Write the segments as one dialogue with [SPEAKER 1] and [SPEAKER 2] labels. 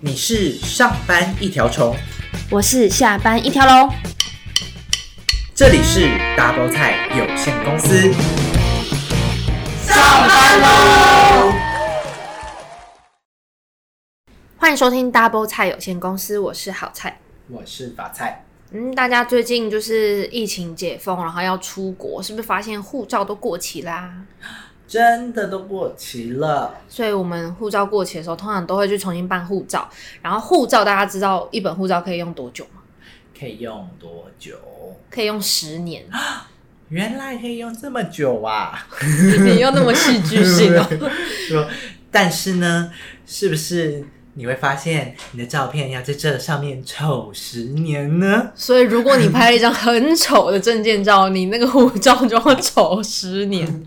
[SPEAKER 1] 你是上班一条虫，
[SPEAKER 2] 我是下班一条龙。
[SPEAKER 1] 这里是 Double 菜有限公司。
[SPEAKER 2] 欢迎收听 Double 菜有限公司，我是好菜。
[SPEAKER 1] 我是法菜，
[SPEAKER 2] 嗯，大家最近就是疫情解封，然后要出国，是不是发现护照都过期啦？
[SPEAKER 1] 真的都过期了，
[SPEAKER 2] 所以我们护照过期的时候，通常都会去重新办护照。然后护照大家知道一本护照可以用多久吗？
[SPEAKER 1] 可以用多久？
[SPEAKER 2] 可以用十年，
[SPEAKER 1] 原来可以用这么久啊！
[SPEAKER 2] 你又那么戏剧性哦。
[SPEAKER 1] 说，但是呢，是不是你会发现你的照片要在这上面丑十年呢？
[SPEAKER 2] 所以如果你拍了一张很丑的证件照，你那个护照就要丑十年。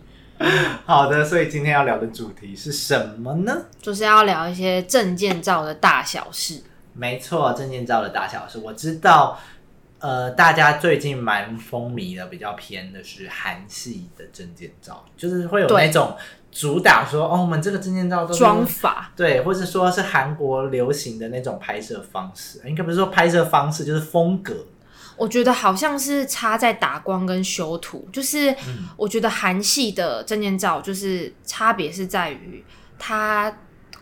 [SPEAKER 1] 好的，所以今天要聊的主题是什么呢？
[SPEAKER 2] 就是要聊一些证件照的大小事。
[SPEAKER 1] 没错，证件照的大小是我知道，呃，大家最近蛮风靡的，比较偏的是韩系的证件照，就是会有
[SPEAKER 2] 对
[SPEAKER 1] 那种主打说，哦，我们这个证件照都是
[SPEAKER 2] 妆法，
[SPEAKER 1] 对，或者说是韩国流行的那种拍摄方式，应该不是说拍摄方式，就是风格。
[SPEAKER 2] 我觉得好像是差在打光跟修图，就是
[SPEAKER 1] 嗯
[SPEAKER 2] 我觉得韩系的证件照就是差别是在于它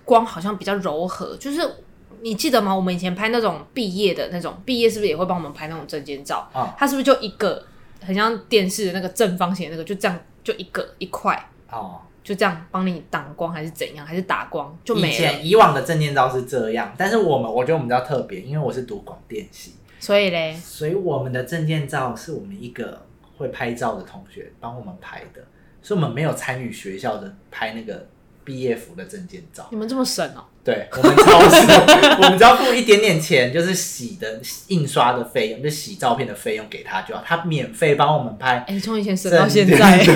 [SPEAKER 2] 光好像比较柔和，就是。你记得吗？我们以前拍那种毕业的那种，毕业是不是也会帮我们拍那种证件照？
[SPEAKER 1] 啊
[SPEAKER 2] 它是不是就一个很像电视的那个正方形的那个，就这样就一个一块，
[SPEAKER 1] 哦，
[SPEAKER 2] 就这样帮你挡光还是怎样，还是打光就
[SPEAKER 1] 以
[SPEAKER 2] 没了？
[SPEAKER 1] 前以往的证件照是这样，但是我们我觉得我们比较特别，因为我是读广电系，
[SPEAKER 2] 所以嘞，
[SPEAKER 1] 所以我们的证件照是我们一个会拍照的同学帮我们拍的，所以我们没有参与学校的拍那个毕业服的证件照。
[SPEAKER 2] 你们这么省哦、
[SPEAKER 1] 对我们超省，我们只要付一点点钱，就是洗的印刷的费用，就洗照片的费用给他就好，他免费帮我们拍。
[SPEAKER 2] 哎、从以前省到现
[SPEAKER 1] 证
[SPEAKER 2] 在
[SPEAKER 1] 件，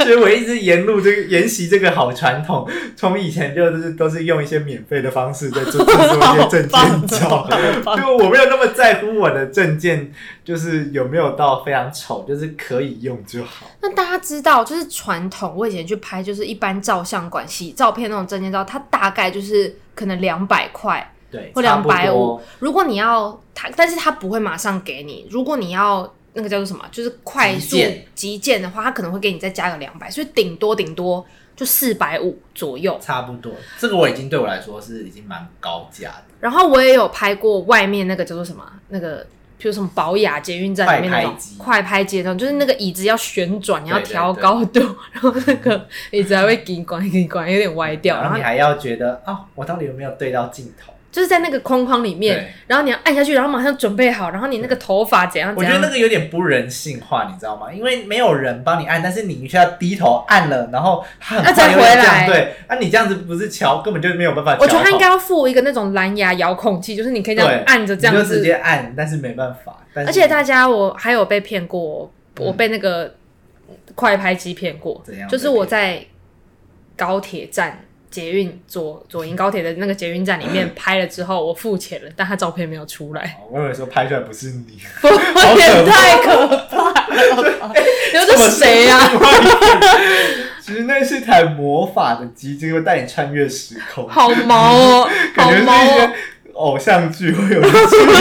[SPEAKER 1] 所以我一直沿路这个沿袭这个好传统，从以前就是都是用一些免费的方式在做制作一些证件
[SPEAKER 2] 好
[SPEAKER 1] 照
[SPEAKER 2] 棒哦好，棒
[SPEAKER 1] 就我没有那么在乎我的证件就是有没有到非常丑，就是可以用就好。
[SPEAKER 2] 那大家知道，就是传统，我以前去拍，就是一般照相馆洗照片那种证件照，它大概就是可能两百块
[SPEAKER 1] 对，
[SPEAKER 2] 或
[SPEAKER 1] 差
[SPEAKER 2] 两
[SPEAKER 1] 不
[SPEAKER 2] 百五
[SPEAKER 1] 多。。
[SPEAKER 2] 如果你要它，但是它不会马上给你。如果你要那个叫做什么，就是快
[SPEAKER 1] 急
[SPEAKER 2] 速
[SPEAKER 1] 件
[SPEAKER 2] 急件的话，它可能会给你再加个两百，所以顶多顶多就四百五左右。
[SPEAKER 1] 差不多，这个我已经对我来说是已经蛮高价的。
[SPEAKER 2] 然后我也有拍过外面那个叫做什么那个。比如什么宝雅捷运站里面那
[SPEAKER 1] 快
[SPEAKER 2] 种
[SPEAKER 1] 拍机
[SPEAKER 2] 快拍街那种，就是那个椅子要旋转，你要
[SPEAKER 1] 对对
[SPEAKER 2] 调
[SPEAKER 1] 对
[SPEAKER 2] 高度，然后那个椅子还会给管给管，有点歪掉。然
[SPEAKER 1] 然后
[SPEAKER 2] 后
[SPEAKER 1] 你还要觉得啊、我到底有没有对到镜头？
[SPEAKER 2] 就是在那个框框里面
[SPEAKER 1] 对，
[SPEAKER 2] 然后你要按下去，然后马上准备好，然后你那个头发怎样
[SPEAKER 1] 我
[SPEAKER 2] 怎
[SPEAKER 1] 觉
[SPEAKER 2] 样
[SPEAKER 1] 得那。个有点不人性化，你知道吗？因为没有人帮你按，但是你却要低头按了，然后它很
[SPEAKER 2] 那
[SPEAKER 1] 快
[SPEAKER 2] 再
[SPEAKER 1] 又会这样
[SPEAKER 2] 回来
[SPEAKER 1] 对，那、你这样子不是瞧，根本就没有办法瞧好。
[SPEAKER 2] 我觉得他应该要附一个那种蓝牙遥控器，就是你可以这样
[SPEAKER 1] 对
[SPEAKER 2] 按着这
[SPEAKER 1] 你
[SPEAKER 2] 样
[SPEAKER 1] 就直
[SPEAKER 2] 子。
[SPEAKER 1] 接按，但是没办法。但是
[SPEAKER 2] 而且大家，我还有被骗过，我
[SPEAKER 1] 嗯
[SPEAKER 2] 被那个快拍机骗过
[SPEAKER 1] 怎样，被
[SPEAKER 2] 就
[SPEAKER 1] 骗
[SPEAKER 2] 是我在高铁站。捷运左左营高铁的那个捷运站里面拍了之后，我付钱了，但他照片没有 出来，
[SPEAKER 1] 哦我以为说拍出来不是 你，
[SPEAKER 2] 不，有点
[SPEAKER 1] 可怕
[SPEAKER 2] 太可怕哦了。然后
[SPEAKER 1] 这啊
[SPEAKER 2] 这谁啊呀？？
[SPEAKER 1] 其实那是台魔法的机器，会带你穿越时空，
[SPEAKER 2] 好毛哦，好
[SPEAKER 3] 感觉是
[SPEAKER 2] 毛
[SPEAKER 3] 一
[SPEAKER 2] 哦
[SPEAKER 3] 些。偶像剧会有 那种，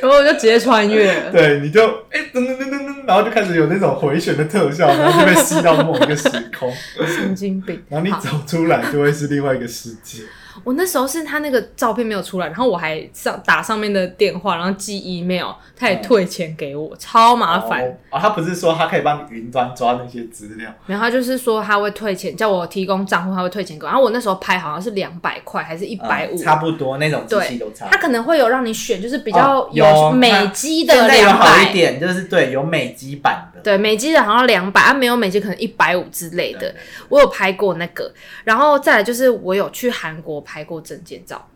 [SPEAKER 2] 然后我就直接穿越了。
[SPEAKER 3] 对，你就哎噔噔噔噔噔，然后就开始有那种回旋的特效，然后就被吸到某一个时空，
[SPEAKER 2] 神经病。
[SPEAKER 3] 然后你
[SPEAKER 2] 好
[SPEAKER 3] 走出来就会是另外一个世界。
[SPEAKER 2] 我那时候是他那个照片没有出来，然后我还上打上面的电话，然后寄 email，他也退钱给我，超麻烦。
[SPEAKER 3] 哦哦，他不是说他可以帮你云端抓那些资料，
[SPEAKER 2] 然后他就是说他会退钱，叫我提供账户，他会退钱给我。然后我那时候拍好像是两百块还是一百五
[SPEAKER 1] 嗯，差不多那种机器
[SPEAKER 2] 对
[SPEAKER 1] 都差不多。
[SPEAKER 2] 他可能会有让你选，就是比较
[SPEAKER 1] 哦有
[SPEAKER 2] 美机的
[SPEAKER 1] 现在有
[SPEAKER 2] 两
[SPEAKER 1] 好一
[SPEAKER 2] 百。
[SPEAKER 1] 点，就是对有美肌版的，
[SPEAKER 2] 对，美机的好像两百，啊，没有美机可能一百五之类的。我有拍过那个，然后再来就是我有去韩国拍过证件照，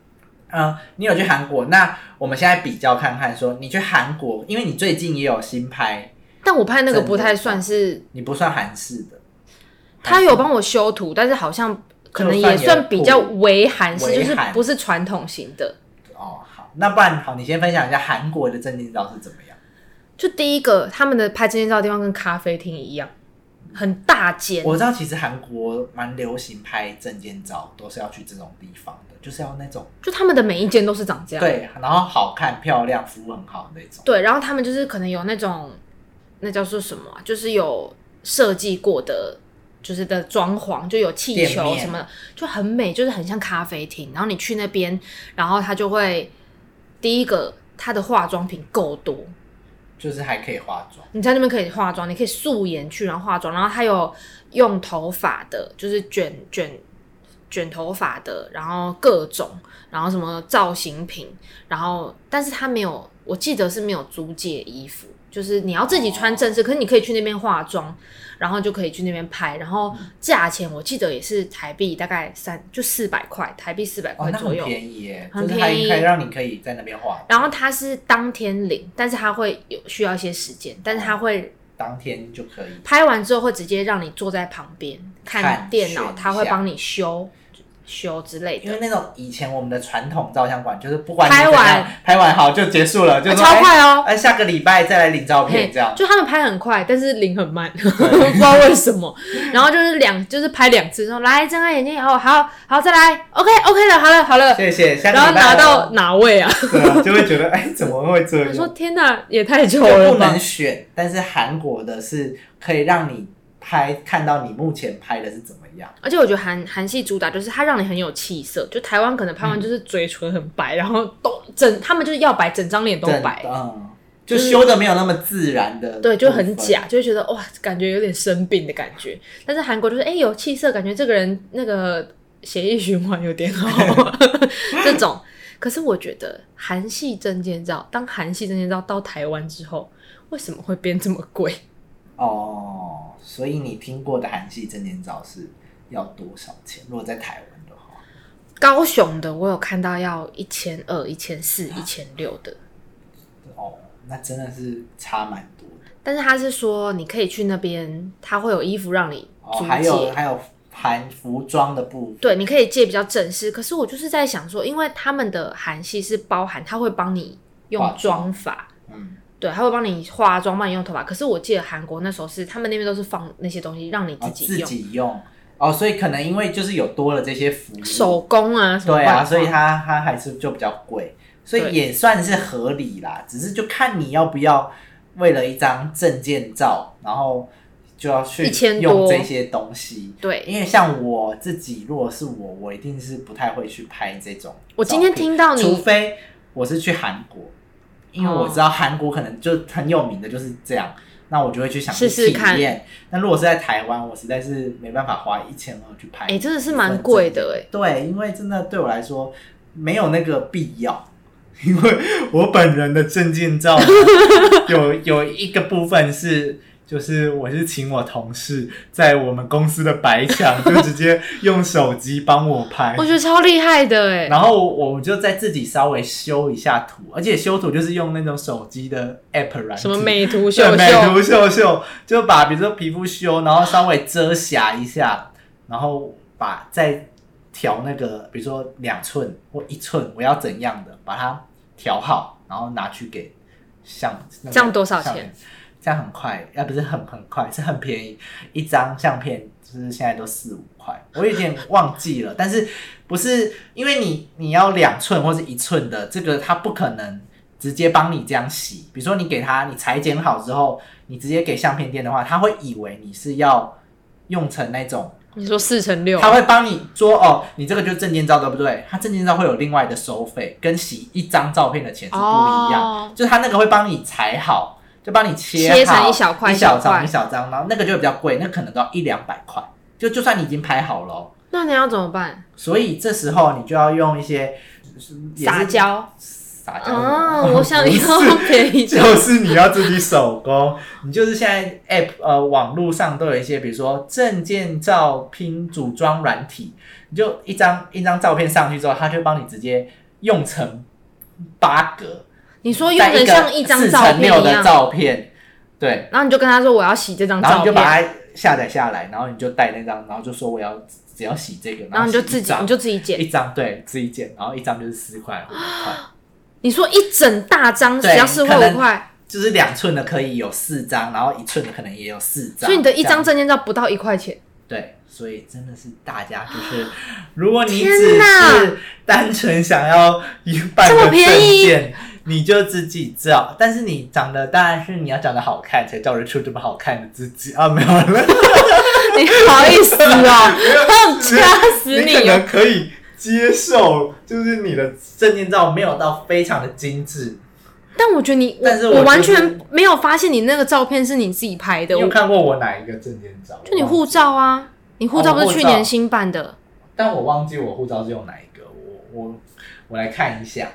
[SPEAKER 1] 嗯，你有去韩国？那我们现在比较看看说你去韩国，因为你最近也有新拍，
[SPEAKER 2] 但我拍那个不太算是
[SPEAKER 1] 你不算韩式的，
[SPEAKER 2] 他有帮我修图，但是好像可能
[SPEAKER 1] 就算
[SPEAKER 2] 也算比较微韩式，就
[SPEAKER 1] 微
[SPEAKER 2] 是
[SPEAKER 1] 韩
[SPEAKER 2] 不是传统型的。
[SPEAKER 1] 哦。好，那不然好，你先分享一下韩国的证件照是怎么样？
[SPEAKER 2] 就第一个，他们的拍证件照的地方跟咖啡厅一样，很大间。
[SPEAKER 1] 我知道，其实韩国蛮流行拍证件照，都是要去这种地方的，就是要那种
[SPEAKER 2] 就他们的每一间都是长这样。
[SPEAKER 1] 对，然后好看、漂亮、服务很好那种。
[SPEAKER 2] 对，然后他们就是可能有那种那叫做什么啊、就是有设计过的，就是的装潢就有气
[SPEAKER 1] 店
[SPEAKER 2] 球
[SPEAKER 1] 面
[SPEAKER 2] 什么的，就很美，就是很像咖啡厅。然后你去那边，然后他就会第一个他的化妆品够多，
[SPEAKER 1] 就是还可以化妆，
[SPEAKER 2] 你在那边可以化妆，你可以素颜去，然后化妆，然后他有用头发的，就是卷卷卷头发的，然后各种，然后什么造型品，然后但是他没有，我记得是没有租借衣服，就是你要自己穿正式，可是你可以去那边化妆，然后就可以去那边拍，然后价钱我记得也是台币大概三就四百块，台币四百
[SPEAKER 1] 哦，
[SPEAKER 2] 块
[SPEAKER 1] 那
[SPEAKER 2] 左
[SPEAKER 1] 很
[SPEAKER 2] 右，
[SPEAKER 1] 便宜耶，
[SPEAKER 2] 很
[SPEAKER 1] 就是还
[SPEAKER 2] 便宜
[SPEAKER 1] 可以让你可以在那边化，
[SPEAKER 2] 然后它是当天领，但是它会有需要一些时间，但是它会
[SPEAKER 1] 当天就可以。
[SPEAKER 2] 拍完之后会直接让你坐在旁边看
[SPEAKER 1] 看
[SPEAKER 2] 电脑，
[SPEAKER 1] 选一
[SPEAKER 2] 他会
[SPEAKER 1] 下
[SPEAKER 2] 帮你修修之类
[SPEAKER 1] 因为
[SPEAKER 2] 的，
[SPEAKER 1] 那种以前我们的传统照相馆，就是不管你
[SPEAKER 2] 拍
[SPEAKER 1] 怎
[SPEAKER 2] 完
[SPEAKER 1] 样拍完好就结束了，就
[SPEAKER 2] 啊
[SPEAKER 1] 说
[SPEAKER 2] 超
[SPEAKER 1] 哎
[SPEAKER 2] 快哦。
[SPEAKER 1] 哎下个礼拜再来领照
[SPEAKER 2] 嘿
[SPEAKER 1] 片这样。
[SPEAKER 2] 就他们拍很快，但是零很 慢，不知道为什么。然后就是两，就是拍两次，说来睁开眼睛，好好好，再来，OK OK 了，好了好了。
[SPEAKER 1] 谢谢，下个
[SPEAKER 2] 然后
[SPEAKER 1] 礼拜
[SPEAKER 2] 拿
[SPEAKER 1] 我
[SPEAKER 2] 到哪位啊？
[SPEAKER 3] 对啊，就会觉得哎，怎么会这
[SPEAKER 2] 我说
[SPEAKER 3] 样？
[SPEAKER 2] 天哪，也太丑
[SPEAKER 1] 就
[SPEAKER 2] 了
[SPEAKER 1] 不
[SPEAKER 2] 吧
[SPEAKER 1] 能！选，但是韩国的是可以让你拍看到你目前拍的是怎么样，
[SPEAKER 2] 而且我觉得韩韩系主打就是它让你很有气色，就台湾可能拍完就是嘴唇很白，然后都整他们就是要白，整张脸都
[SPEAKER 1] 对，
[SPEAKER 2] 白，
[SPEAKER 1] 嗯，就修的没有那么自然的，
[SPEAKER 2] 对，就很。假，就会觉得哇，感觉有点生病的感觉。但是韩国就是哎、有气色，感觉这个人那个血液循环有点 好，这种。可是我觉得韩系证件照，当韩系证件照到台湾之后，为什么会变这么贵？
[SPEAKER 1] 哦，所以你听过的韩系证件照是要多少钱？如果在台湾的话，
[SPEAKER 2] 高雄的我有看到要一千二、一千四、一千六的，
[SPEAKER 1] 哦，那真的是差蛮多的。
[SPEAKER 2] 但是他是说你可以去那边，他会有衣服让你
[SPEAKER 1] 哦，
[SPEAKER 2] 租借。
[SPEAKER 1] 还有还有含服装的部分，
[SPEAKER 2] 对，你可以借比较正式。可是我就是在想说，因为他们的韩系是包含，他会帮你用
[SPEAKER 1] 化
[SPEAKER 2] 妆
[SPEAKER 1] 妆
[SPEAKER 2] 法，
[SPEAKER 1] 嗯，
[SPEAKER 2] 对，他会帮你化妆，帮你用头发。可是我记得韩国那时候是他们那边都是放那些东西让你
[SPEAKER 1] 哦
[SPEAKER 2] 自己
[SPEAKER 1] 自
[SPEAKER 2] 用，
[SPEAKER 1] 己用。哦，所以可能因为就是有多了这些服务，
[SPEAKER 2] 手工啊什么
[SPEAKER 1] 对
[SPEAKER 2] 乱
[SPEAKER 1] 啊，
[SPEAKER 2] 画。
[SPEAKER 1] 所以它它还是就比较贵，所
[SPEAKER 2] 对
[SPEAKER 1] 以也算是合理啦。只是就看你要不要为了一张证件照，然后就要去
[SPEAKER 2] 1000多
[SPEAKER 1] 用这些东西。
[SPEAKER 2] 对，
[SPEAKER 1] 因为像我自己，如果是我，我一定是不太会去拍这种照片。
[SPEAKER 2] 我今天听到
[SPEAKER 1] 除
[SPEAKER 2] 你
[SPEAKER 1] 非我是去韩国，因为
[SPEAKER 2] 哦
[SPEAKER 1] 我知道韩国可能就很有名的就是这样，那我就会去想去
[SPEAKER 2] 试试
[SPEAKER 1] 体
[SPEAKER 2] 看
[SPEAKER 1] 验。那如果是在台湾，我实在是没办法花一千二去拍。
[SPEAKER 2] 哎、真的是蛮贵的哎、
[SPEAKER 1] 对，因为真的对我来说没有那个必要。
[SPEAKER 3] 因为我本人的证件照 有有一个部分是。就是我是请我同事在我们公司的白 墙就直接用手机帮我拍
[SPEAKER 2] 哎我，觉得超厉害的哎、
[SPEAKER 3] 然
[SPEAKER 1] 然
[SPEAKER 3] 后
[SPEAKER 1] 后我就再自己稍微修一下图，而且修图就是用那种手机的 app 软体，
[SPEAKER 2] 什么美图秀
[SPEAKER 3] 对
[SPEAKER 2] 秀，
[SPEAKER 3] 美图秀秀就把比如说皮肤修，然后稍微遮瑕一下，
[SPEAKER 1] 然后把再调那个，比如说两寸或一寸，我要怎样的把它调好，然后拿去给像、那个
[SPEAKER 2] 这样多少
[SPEAKER 1] 相
[SPEAKER 2] 钱
[SPEAKER 1] 片？这样很快，啊，不是很很快，是很便宜，一张相片就是现在都四五块，我有点忘记了，但是不是因为你你要两寸或是一寸的，这个它不可能直接帮你这样洗，比如说你给它你裁剪好之后，你直接给相片店的话，他会以为你是要用成那种
[SPEAKER 2] 你说四乘六，
[SPEAKER 1] 他会帮你说哦，你这个就是证件照，对不对？他证件照会有另外的收费，跟洗一张照片的钱是不一样，
[SPEAKER 2] 哦
[SPEAKER 1] 就是他那个会帮你裁好，就帮你切好
[SPEAKER 2] 切成一小块
[SPEAKER 1] 一小
[SPEAKER 2] 小块
[SPEAKER 1] 张一小张，然后那个就比较贵，那可能都要一两百块，就就算你已经拍好了哦，
[SPEAKER 2] 那你要怎么办？
[SPEAKER 1] 所以这时候你就要用一些也是
[SPEAKER 2] 撒娇
[SPEAKER 1] 撒娇什么
[SPEAKER 2] 啊！我想 要便 宜的
[SPEAKER 3] 就是你要自己手工，
[SPEAKER 1] 你就是现在 app 呃网络上都有一些，比如说证件照拼组装软体，你就一张一张照片上去之后，它就帮你直接用成八格，
[SPEAKER 2] 你说用
[SPEAKER 1] 在
[SPEAKER 2] 的
[SPEAKER 1] 一个
[SPEAKER 2] 像一张照
[SPEAKER 1] 4乘
[SPEAKER 2] 片
[SPEAKER 1] 六
[SPEAKER 2] 一
[SPEAKER 1] 的
[SPEAKER 2] 样，
[SPEAKER 1] 照片，对，
[SPEAKER 2] 然后你就跟他说我要洗这张
[SPEAKER 1] 然后你
[SPEAKER 2] 照片
[SPEAKER 1] 就，把它下载下来，然后你就带那张，然后就说我要只要洗这个，
[SPEAKER 2] 然后你就
[SPEAKER 1] 洗一
[SPEAKER 2] 自己
[SPEAKER 1] 张
[SPEAKER 2] 你就自己剪。
[SPEAKER 1] 一张对自己剪，然后一张就是四块或五块，
[SPEAKER 2] 你说一整大张只
[SPEAKER 1] 对
[SPEAKER 2] 要四块
[SPEAKER 1] 可能
[SPEAKER 2] 五块，
[SPEAKER 1] 就是两寸的可以有四张，然后一寸的可能也有四张。
[SPEAKER 2] 所以你的
[SPEAKER 1] 这
[SPEAKER 2] 一
[SPEAKER 1] 样
[SPEAKER 2] 张证件照不到一 块钱，
[SPEAKER 1] 对，所以真的是大家就是， 如果你
[SPEAKER 2] 天
[SPEAKER 1] 只
[SPEAKER 2] 哪
[SPEAKER 1] 是单纯想要一办
[SPEAKER 2] 这
[SPEAKER 1] 个
[SPEAKER 2] 么
[SPEAKER 1] 证
[SPEAKER 2] 便宜
[SPEAKER 1] 件，你就自己照。但是你长得当然是你要长得好看，才照得出这么好看的自己啊， 没有了，
[SPEAKER 2] 你好意思哦，掐死
[SPEAKER 3] 你可
[SPEAKER 2] 你
[SPEAKER 3] 能
[SPEAKER 2] 哦！
[SPEAKER 3] 可以接受，就是你的
[SPEAKER 1] 证件照没有到非常的精致。
[SPEAKER 2] 但我觉得你，
[SPEAKER 1] 但是
[SPEAKER 2] 我
[SPEAKER 1] 我觉得
[SPEAKER 2] 完全没有发现你那个照片是你自己拍的，
[SPEAKER 3] 你
[SPEAKER 2] 我
[SPEAKER 3] 有看过我哪一个证件照？
[SPEAKER 2] 就你
[SPEAKER 3] 我忘
[SPEAKER 2] 护照啊，你护照不是去年新办的？
[SPEAKER 1] 但我忘记我护照是用哪一个，我我我来看一下，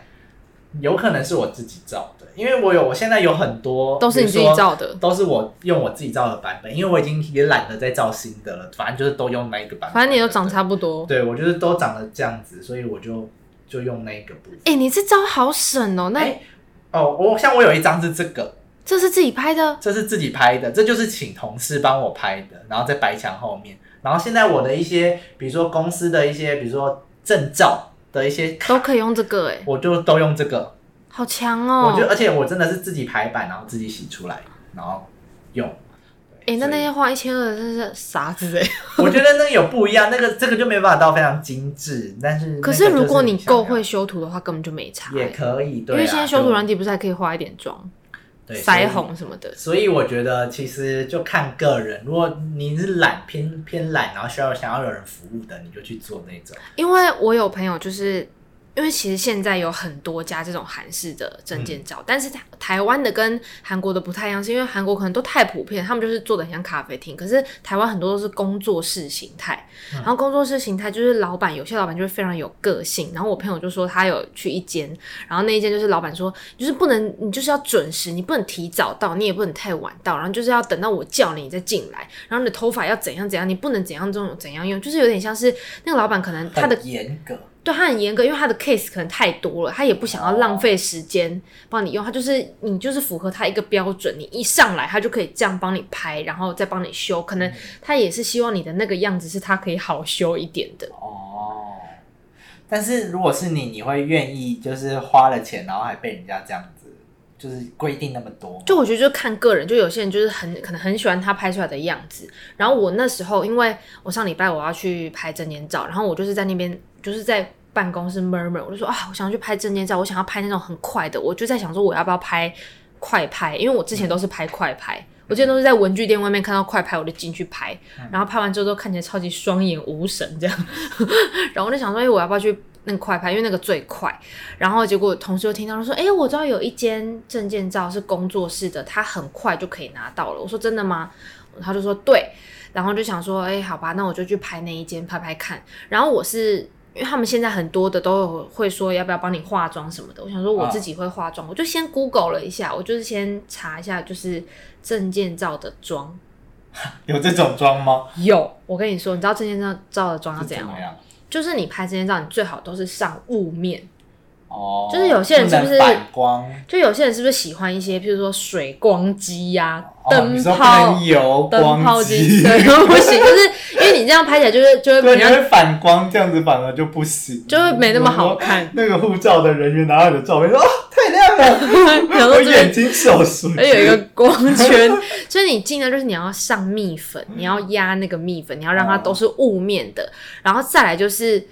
[SPEAKER 1] 有可能是我自己照的，因为我有我现在有很多
[SPEAKER 2] 都是你自己
[SPEAKER 1] 比如说
[SPEAKER 2] 照的
[SPEAKER 1] 都是我用我自己照的版本，因为我已经也懒得再照新的了，反正就是都用那一个版本，
[SPEAKER 2] 反正你都长差不多。
[SPEAKER 1] 对我就是都长得这样子，所以我就就用那个部分。
[SPEAKER 2] 哎、你这招好省哦！那
[SPEAKER 1] 哎哦，我像我有一张是这个，
[SPEAKER 2] 这是自己拍的，
[SPEAKER 1] 这是自己拍的，这就是请同事帮我拍的，然后在白墙后面。然后现在我的一些，比如说公司的一些，比如说证照的一些卡
[SPEAKER 2] 都可以用这个哎、
[SPEAKER 1] 我就都用这个，
[SPEAKER 2] 好强
[SPEAKER 1] 我就
[SPEAKER 2] 哦！
[SPEAKER 1] 而且我真的是自己排版，然后自己洗出来，然后用。
[SPEAKER 2] 哎、
[SPEAKER 1] 对
[SPEAKER 2] 那那
[SPEAKER 1] 所以
[SPEAKER 2] 些花一千二真是傻子哎、
[SPEAKER 1] 我觉得那个有不一样，那个这个就没办法到非常精致，但 是那个
[SPEAKER 2] 可是
[SPEAKER 1] 就
[SPEAKER 2] 如果你
[SPEAKER 1] 想要
[SPEAKER 2] 够会修图的话，根本就没差、
[SPEAKER 1] 也
[SPEAKER 2] 欸。
[SPEAKER 1] 可以，
[SPEAKER 2] 因
[SPEAKER 1] 对啊、
[SPEAKER 2] 为现在修图
[SPEAKER 1] 就
[SPEAKER 2] 软体不是还可以化一点妆、
[SPEAKER 1] 对
[SPEAKER 2] 腮红什么的，
[SPEAKER 1] 所以，所以我觉得其实就看个人，如果你是懒偏偏懒，然后需要想要有人服务的，你就去做那种。
[SPEAKER 2] 因为我有朋友就是。因为其实现在有很多家这种韩式的证件照，
[SPEAKER 1] 嗯
[SPEAKER 2] 但是台台湾的跟韩国的不太一样，是因为韩国可能都太普遍，他们就是做的很像咖啡厅，可是台湾很多都是工作室形态，然后工作室形态就是老板有些老板就是非常有个性，然后我朋友就说他有去一间，然后那一间就是老板说就是不能你就是要准时，你不能提早到，你也不能太晚到，然后就是要等到我叫你你再进来，然后你的头发要怎样怎样，你不能怎样这种怎样用，就是有点像是那个老板可能他的
[SPEAKER 1] 很严格，
[SPEAKER 2] 对他很严格，因为他的 case 可能太多了，他也不想要浪费时间帮你用，他就是你就是符合他一个标准，你一上来他就可以这样帮你拍，然后再帮你修，可能他也是希望你的那个样子是他可以好修一点的。
[SPEAKER 1] 哦，但是如果是你，你会愿意就是花了钱，然后还被人家这样子，就是规定那么多吗？
[SPEAKER 2] 就我觉得就看个人，就有些人就是很可能很喜欢他拍出来的样子。然后我那时候，因为我上礼拜我要去拍证件照，然后我就是在那边就是在办公室 murmur，我就说啊，我想要去拍证件照，我想要拍那种很快的，我就在想说我要不要拍快拍，因为我之前都是拍快拍。我之前都是在文具店外面看到快拍，我就进去拍，然后拍完之后都看起来超级双眼无神这样， 然后我就想说，哎、我要不要去那个快拍？因为那个最快。然后结果同事就听到说，哎、我知道有一间证件照是工作室的，他很快就可以拿到了。我说真的吗？他就说对，然后就想说，哎、好吧，那我就去拍那一间拍拍看。然后我是。因为他们现在很多的都有会说要不要帮你化妆什么的，我想说我
[SPEAKER 1] 啊
[SPEAKER 2] 自己会化妆，我就先 Google 了一下，我就是先查一下就是证件照的妆
[SPEAKER 3] 有这种妆吗？
[SPEAKER 2] 有。我跟你说，你知道证件照照的妆要
[SPEAKER 1] 是怎
[SPEAKER 2] 怎哦样吗
[SPEAKER 1] 么？样？
[SPEAKER 2] 就是你拍证件照，你最好都是上雾面，
[SPEAKER 1] 哦，
[SPEAKER 2] 就是有些人是不是
[SPEAKER 1] 能反光？
[SPEAKER 2] 就有些人是不是喜欢一些，譬如说水光肌呀、
[SPEAKER 1] 哦
[SPEAKER 2] 灯
[SPEAKER 3] 你说不
[SPEAKER 2] 泡
[SPEAKER 3] 能、油
[SPEAKER 2] 灯泡
[SPEAKER 3] 光
[SPEAKER 2] 肌，
[SPEAKER 3] 机，
[SPEAKER 2] 对， 不行，就是因为你这样拍起来就是就会
[SPEAKER 3] 对，
[SPEAKER 2] 比
[SPEAKER 3] 你
[SPEAKER 2] 较
[SPEAKER 3] 会反光，这样子反而就不行，
[SPEAKER 2] 就会没那么好看。
[SPEAKER 3] 那个护照的人员拿到你的照片说：“哦，太亮 了，
[SPEAKER 2] 然后
[SPEAKER 3] 我
[SPEAKER 2] 这边
[SPEAKER 3] 眼睛受水。
[SPEAKER 2] 还有一个光 圈，所以你进来就是你要上蜜粉，你要压那个蜜粉，你要让它都是雾面的，然后再来就是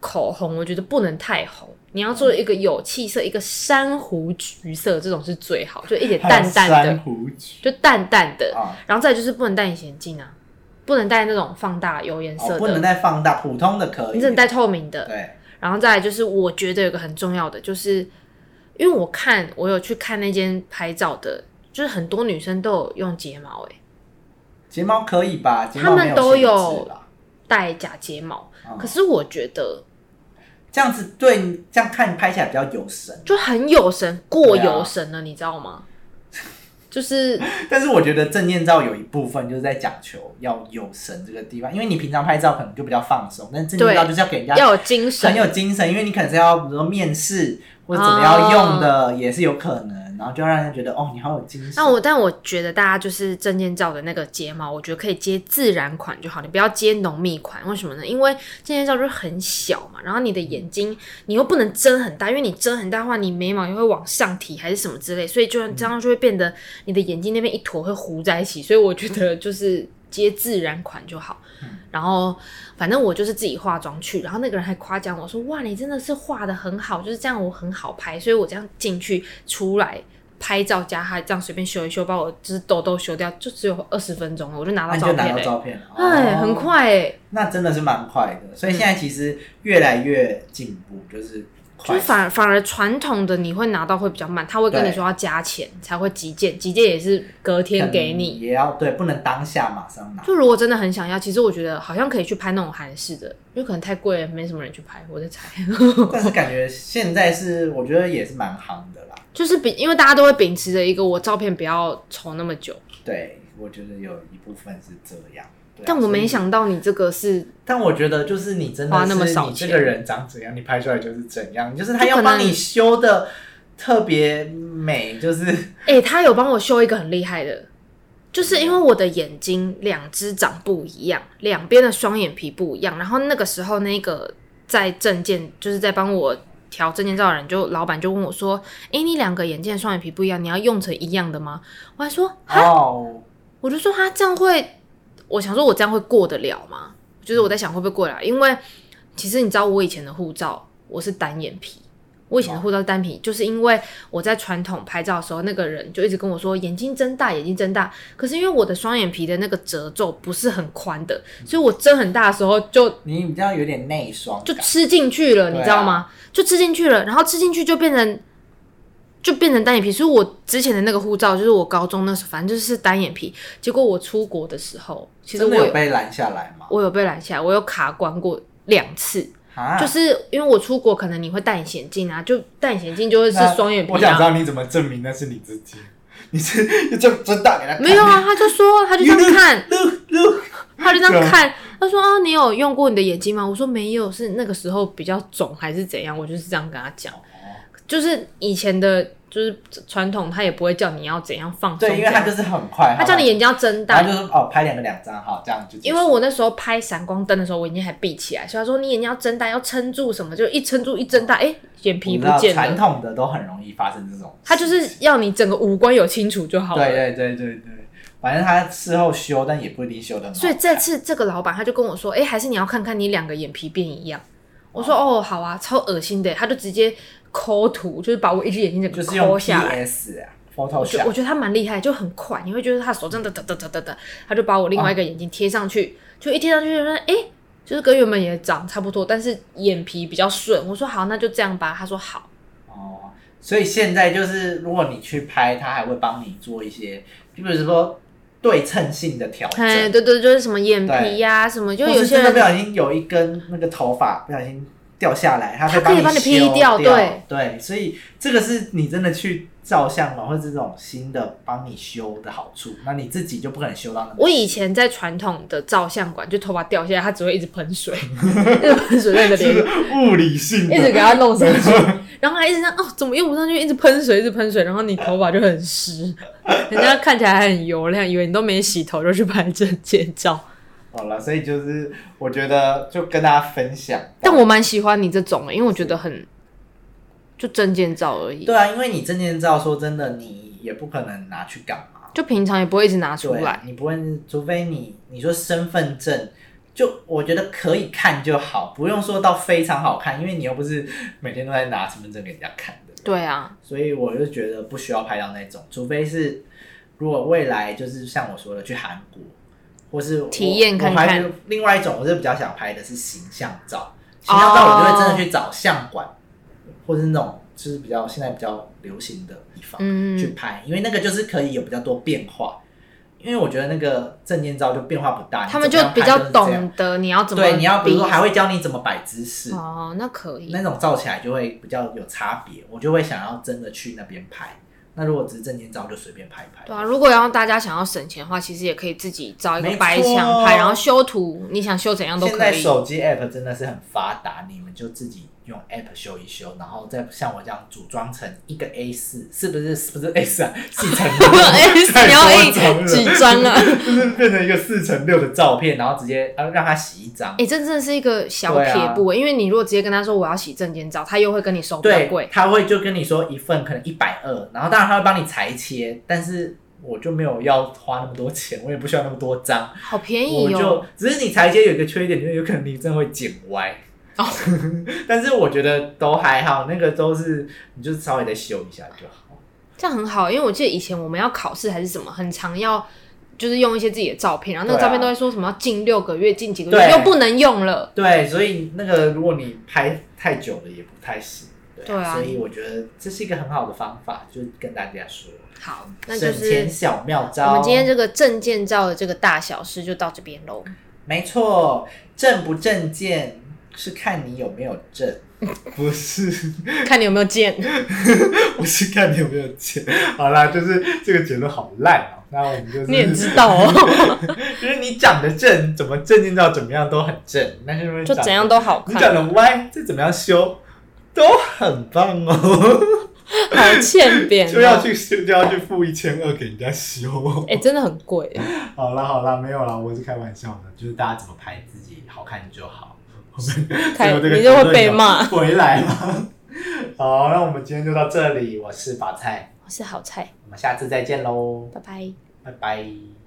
[SPEAKER 2] 口红，我觉得不能太红。你要做一个有气色，一个珊瑚橘色，这种是最好，就一点淡淡
[SPEAKER 3] 还有珊
[SPEAKER 2] 的，
[SPEAKER 3] 瑚橘
[SPEAKER 2] 就淡淡的。
[SPEAKER 1] 啊、
[SPEAKER 2] 然后再来就是不能戴隐形眼镜啊，不能戴那种放大有颜色
[SPEAKER 1] 哦，不能
[SPEAKER 2] 的，嗯
[SPEAKER 1] 再放大，普通的可以。
[SPEAKER 2] 你只能戴透明的。
[SPEAKER 1] 对，
[SPEAKER 2] 然后再来就是，我觉得有个很重要的，就是因为我看我有去看那间拍照的，就是很多女生都有用睫毛、欸，
[SPEAKER 1] 睫毛可以吧？睫
[SPEAKER 2] 他
[SPEAKER 1] 毛
[SPEAKER 2] 们
[SPEAKER 1] 没有
[SPEAKER 2] 都
[SPEAKER 1] 限制
[SPEAKER 2] 有
[SPEAKER 1] 吧
[SPEAKER 2] 戴假睫毛。
[SPEAKER 1] 嗯
[SPEAKER 2] 可是我觉得
[SPEAKER 1] 这样子对，这样看拍起来比较有神。
[SPEAKER 2] 就很有神，过
[SPEAKER 1] 对啊
[SPEAKER 2] 有神了，你知道吗？就是
[SPEAKER 1] 但是我觉得证件照有一部分就是在讲求要有神这个地方，因为你平常拍照可能就比较放松，但证件照
[SPEAKER 2] 对
[SPEAKER 1] 就是要给人家
[SPEAKER 2] 要有精神
[SPEAKER 1] 很，有精神，因为你可能是要比如说面试或者怎么样用的，也是有可能。然后就要让人觉得哦，你好有精神。
[SPEAKER 2] 那我但我觉得大家就是证件照的那个睫毛，我觉得可以接自然款就好，你不要接浓密款。为什么呢？因为证件照就是很小嘛，然后你的眼睛你又不能睁很大，因为你睁很大的话，你眉毛又会往上提还是什么之类，所以就这样就会变得你的眼睛那边一坨会糊在一起。所以我觉得就是接自然款就好。然后反正我就是自己化妆去，然后那个人还夸奖我说：“哇，你真的是画的很好，就是这样我很好拍。”所以我这样进去出来拍照加他这样随便修一修，把我就是痘痘修掉，就只有二十分钟了，我就拿
[SPEAKER 1] 那
[SPEAKER 2] 到
[SPEAKER 1] 你
[SPEAKER 2] 照
[SPEAKER 1] 就
[SPEAKER 2] 片
[SPEAKER 1] 拿到
[SPEAKER 2] 了、
[SPEAKER 1] 照片了，
[SPEAKER 2] 哎，
[SPEAKER 1] 哦
[SPEAKER 2] 很。快哎、
[SPEAKER 1] 那真的是蛮快的，所以现在其实越来越进步，就是
[SPEAKER 2] 就
[SPEAKER 1] 快
[SPEAKER 2] 是。反反而传统的你会拿到会比较慢，他会跟你
[SPEAKER 1] 对
[SPEAKER 2] 说要加钱才会急件，急件也是隔天给你。
[SPEAKER 1] 也要对，不能当下马上拿。
[SPEAKER 2] 就如果真的很想要，其实我觉得好像可以去拍那种韩式的，因为可能太贵了，没什么人去拍，我在猜。
[SPEAKER 1] 但是感觉现在是，我觉得也是蛮行的啦。
[SPEAKER 2] 就是比，因为大家都会秉持着一个我照片不要丑那么久，
[SPEAKER 1] 对，我觉得有一部分是这样。对啊
[SPEAKER 2] 但我没，
[SPEAKER 1] 所以
[SPEAKER 2] 想到你这个是，
[SPEAKER 1] 但我觉得就是你真的
[SPEAKER 2] 花
[SPEAKER 1] 是
[SPEAKER 2] 那么少
[SPEAKER 1] 你这
[SPEAKER 2] 钱
[SPEAKER 1] 个人长怎样，你拍出来就是怎样，就是他
[SPEAKER 2] 就可
[SPEAKER 1] 要
[SPEAKER 2] 能
[SPEAKER 1] 帮你修的特别美，就是
[SPEAKER 2] 哎、他有帮我修一个很厉害的，就是因为我的眼睛两只长不一样，两边的双眼皮不一样，然后那个时候那个在证件就是在帮我。调证件照的人就老板就问我说：“哎、你两个眼睛的双眼皮不一样，你要用成一样的吗？”我还说：“啊，
[SPEAKER 1] 哦，
[SPEAKER 2] 我就说他这样会，我想说我这样会过得了吗？就是我在想会不会过得了，因为其实你知道我以前的护照我是单眼皮，我以前的护照是单皮，就是因为我在传统拍照的时候，那个人就一直跟我说眼睛睁大，眼睛睁大。可是因为我的双眼皮的那个褶皱不是很宽的，所以我睁很大的时候就
[SPEAKER 1] 你比较有点内双
[SPEAKER 2] 就
[SPEAKER 1] 感，
[SPEAKER 2] 吃进去了，
[SPEAKER 1] 对啊
[SPEAKER 2] 你知道吗？就吃进去了，然后吃进去就变成就变成单眼皮。所以我之前的那个护照，就是我高中那时候，反正就是单眼皮。结果我出国的时候，其实
[SPEAKER 1] 真
[SPEAKER 2] 我
[SPEAKER 1] 的有
[SPEAKER 2] 有
[SPEAKER 1] 被拦下来吗？
[SPEAKER 2] 我有被拦下来，我有卡关过两次，
[SPEAKER 1] 啊，
[SPEAKER 2] 就是因为我出国可能你会戴隐形眼镜啊，就戴隐形眼镜就会是
[SPEAKER 3] 那
[SPEAKER 2] 双眼皮
[SPEAKER 3] 我想知
[SPEAKER 2] 啊。
[SPEAKER 3] 道你怎么证明那是你自己？你是就就睁大给他看
[SPEAKER 2] 没有啊，他就说，他就这样看，他就这样看，他说啊，你有用过你的眼睛吗？我说没有，是那个时候比较肿还是怎样？我就是这样跟他讲。就是以前的，就是传统，他也不会叫你要怎样放松这
[SPEAKER 1] 对，
[SPEAKER 2] 样，
[SPEAKER 1] 因为他就是很快，
[SPEAKER 2] 他叫你眼睛要睁
[SPEAKER 1] 然
[SPEAKER 2] 大
[SPEAKER 1] 后就，说哦，拍两个两张，好，这样就结束
[SPEAKER 2] 因为我那时候拍闪光灯的时候，我眼睛还闭起来，所以他说你眼睛要睁大，要撑住什么，就一撑住一睁大，哎、眼皮
[SPEAKER 1] 你
[SPEAKER 2] 不
[SPEAKER 1] 知道
[SPEAKER 2] 见
[SPEAKER 1] 传
[SPEAKER 2] 了。
[SPEAKER 1] 统的都很容易发生这种事情，
[SPEAKER 2] 他就是要你整个五官有清楚就好了。
[SPEAKER 1] 对对对对对，反正他事后修，但也不一定修的很好看。
[SPEAKER 2] 所以这次这个老板他就跟我说，哎、还是你要看看你两个眼皮变一样。我说哦，好啊，超恶心的，他就直接抠图，就是把我一只眼睛整
[SPEAKER 1] 就
[SPEAKER 2] 个
[SPEAKER 1] 是用
[SPEAKER 2] 抠下来。
[SPEAKER 1] PS 啊
[SPEAKER 2] 我觉我
[SPEAKER 1] ，Photoshop，
[SPEAKER 2] 觉得他蛮厉害，就很快，你会觉得他手真的哒哒哒哒哒，他就把我另外一个眼睛贴上去，就一贴上去就说，哎、就是跟原本也长差不多，但是眼皮比较顺。我说好，那就这样吧。他说好，
[SPEAKER 1] 哦，所以现在就是如果你去拍，他还会帮你做一些，就比如说对称性的调
[SPEAKER 2] 哎，
[SPEAKER 1] 整，
[SPEAKER 2] 对对，就是什么眼皮呀、什么，就
[SPEAKER 1] 或
[SPEAKER 2] 有
[SPEAKER 1] 是
[SPEAKER 2] 些
[SPEAKER 1] 真的不
[SPEAKER 2] 人
[SPEAKER 1] 小心有一根那个头发不小心掉下来，他会
[SPEAKER 2] 他可以
[SPEAKER 1] 帮
[SPEAKER 2] 帮
[SPEAKER 1] 你
[SPEAKER 2] 你劈
[SPEAKER 1] 修
[SPEAKER 2] 掉对
[SPEAKER 1] 对，所以这个是你真的去照相嘛，或者这种新的帮你修的好处，那你自己就不可能修到那么
[SPEAKER 2] 我以前在传统的照相馆，就头发掉下来，他只会一直喷 水，一直喷水在你的
[SPEAKER 3] 就
[SPEAKER 2] 脸
[SPEAKER 3] 是物理性
[SPEAKER 2] 一直
[SPEAKER 3] 的，
[SPEAKER 2] 给他弄上去， 然后还一直这样哦，怎么用不上去？一直喷水，一直喷水，然后你头发就很湿，人家看起来还很油亮，以为你都没洗头就去拍证件照。
[SPEAKER 1] 好了，所以就是我觉得就跟大家分享。
[SPEAKER 2] 但我蛮喜欢你这种的，因为我觉得很就证件照而已，
[SPEAKER 1] 对啊，因为你证件照说真的，你也不可能拿去干嘛。
[SPEAKER 2] 就平常也不会一直拿出
[SPEAKER 1] 对啊
[SPEAKER 2] 来。，
[SPEAKER 1] 你不会，除非你你说身份证，就我觉得可以看就好，不用说到非常好看，因为你又不是每天都在拿身份证给人家看的。
[SPEAKER 2] 对啊，
[SPEAKER 1] 所以我就觉得不需要拍到那种，除非是如果未来就是像我说的去韩国，或是我
[SPEAKER 2] 体验看
[SPEAKER 1] 我
[SPEAKER 2] 看
[SPEAKER 1] 还有另外一种，我是比较想拍的是形象照，形象照我就会真的去找相馆，或是那种就是比较现在比较流行的地方、
[SPEAKER 2] 嗯
[SPEAKER 1] 去拍，因为那个就是可以有比较多变化。因为我觉得那个证件照就变化不大，
[SPEAKER 2] 他们
[SPEAKER 1] 啊你怎
[SPEAKER 2] 就
[SPEAKER 1] 么样
[SPEAKER 2] 比
[SPEAKER 1] 拍
[SPEAKER 2] 较
[SPEAKER 1] 就是这样
[SPEAKER 2] 懂得你要怎么
[SPEAKER 1] 对，你要比如说
[SPEAKER 2] 比
[SPEAKER 1] 还会教你怎么摆姿势，
[SPEAKER 2] 哦，那可以
[SPEAKER 1] 那种照起来就会比较有差别，我就会想要真的去那边拍，那如果只是证件照，就随便拍一拍。
[SPEAKER 2] 对啊，如果要大家想要省钱的话，其实也可以自己找一
[SPEAKER 1] 没
[SPEAKER 2] 个
[SPEAKER 1] 错
[SPEAKER 2] 白墙拍，然后修图，你想修怎样都
[SPEAKER 1] 现
[SPEAKER 2] 可
[SPEAKER 1] 在
[SPEAKER 2] 以。
[SPEAKER 1] 手机 app 真的是很发达，你们就自己用 app 修一修，然后再像我这样组装成一个 A 四，是不是？是不是 A 四 啊？四乘
[SPEAKER 2] 哎，
[SPEAKER 3] 太
[SPEAKER 2] 你要
[SPEAKER 3] 多
[SPEAKER 2] 印
[SPEAKER 3] 张了
[SPEAKER 2] 几张啊？
[SPEAKER 1] 就是变成一个四乘六的照片，然后直接呃让它洗一张
[SPEAKER 2] 哎、。这真的是一个小
[SPEAKER 1] 对
[SPEAKER 2] 撇
[SPEAKER 1] 啊
[SPEAKER 2] 步、因为你如果直接跟他说我要洗证件照，他又会跟你收比较
[SPEAKER 1] 对
[SPEAKER 2] 贵，。
[SPEAKER 1] 他会就跟你说一份可能一百二，然后当然他会帮你裁切，但是我就没有要花那么多钱，我也不需要那么多张，
[SPEAKER 2] 好便
[SPEAKER 1] 我
[SPEAKER 2] 宜哦、
[SPEAKER 1] 就只是你裁切有一个缺点，就是有可能你真的会剪歪。
[SPEAKER 2] 哦
[SPEAKER 1] 但是我觉得都还好，那个都是你就稍微再修一下就好。
[SPEAKER 2] 这样很好。因为我记得以前我们要考试还是什么，很常要就是用一些自己的照片，然后那个
[SPEAKER 1] 对啊
[SPEAKER 2] 照片都会说什么要近六个月、近几个月
[SPEAKER 1] 对
[SPEAKER 2] 又不能用了。
[SPEAKER 1] 对，所以那个如果你拍太久了也不太行。对
[SPEAKER 2] 对啊
[SPEAKER 1] 所以我觉得这是一个很好的方法，就跟大家说，
[SPEAKER 2] 好，那就
[SPEAKER 1] 省钱
[SPEAKER 2] 是
[SPEAKER 1] 小妙招。
[SPEAKER 2] 我们今天这个证件照的这个大小事就到这边喽。
[SPEAKER 1] 没错，证不证件是看你有没有 证。
[SPEAKER 3] 不是，
[SPEAKER 2] 看你有没有见。
[SPEAKER 3] 不是看你有没有钱。好啦，就是这个结论好烂哦、那我们就是
[SPEAKER 2] 你也知道 哦，
[SPEAKER 3] 就是你长得正，怎么正经到怎么样都很正，但是如果你
[SPEAKER 2] 就
[SPEAKER 3] 长
[SPEAKER 2] 怎
[SPEAKER 3] 得
[SPEAKER 2] 样都好
[SPEAKER 3] 你长
[SPEAKER 2] 看，
[SPEAKER 3] 得歪，再怎么样修都很棒哦，
[SPEAKER 2] 好欠扁、哦。
[SPEAKER 3] 就要去修，就要去付一千二给人家修哦。
[SPEAKER 2] 哎、真的很贵。
[SPEAKER 3] 好啦好啦，没有啦，我是开玩笑的，就是大家怎么拍自己好看就好。我们
[SPEAKER 2] 太
[SPEAKER 3] 最后这个
[SPEAKER 2] 你就会
[SPEAKER 3] 结论
[SPEAKER 2] 被
[SPEAKER 3] 有
[SPEAKER 2] 骂
[SPEAKER 3] 回来嘛。好，那我们今天就到这里，我是法菜，
[SPEAKER 2] 我是好菜，
[SPEAKER 1] 我们下次再见喽，
[SPEAKER 2] 拜拜。
[SPEAKER 1] 拜拜。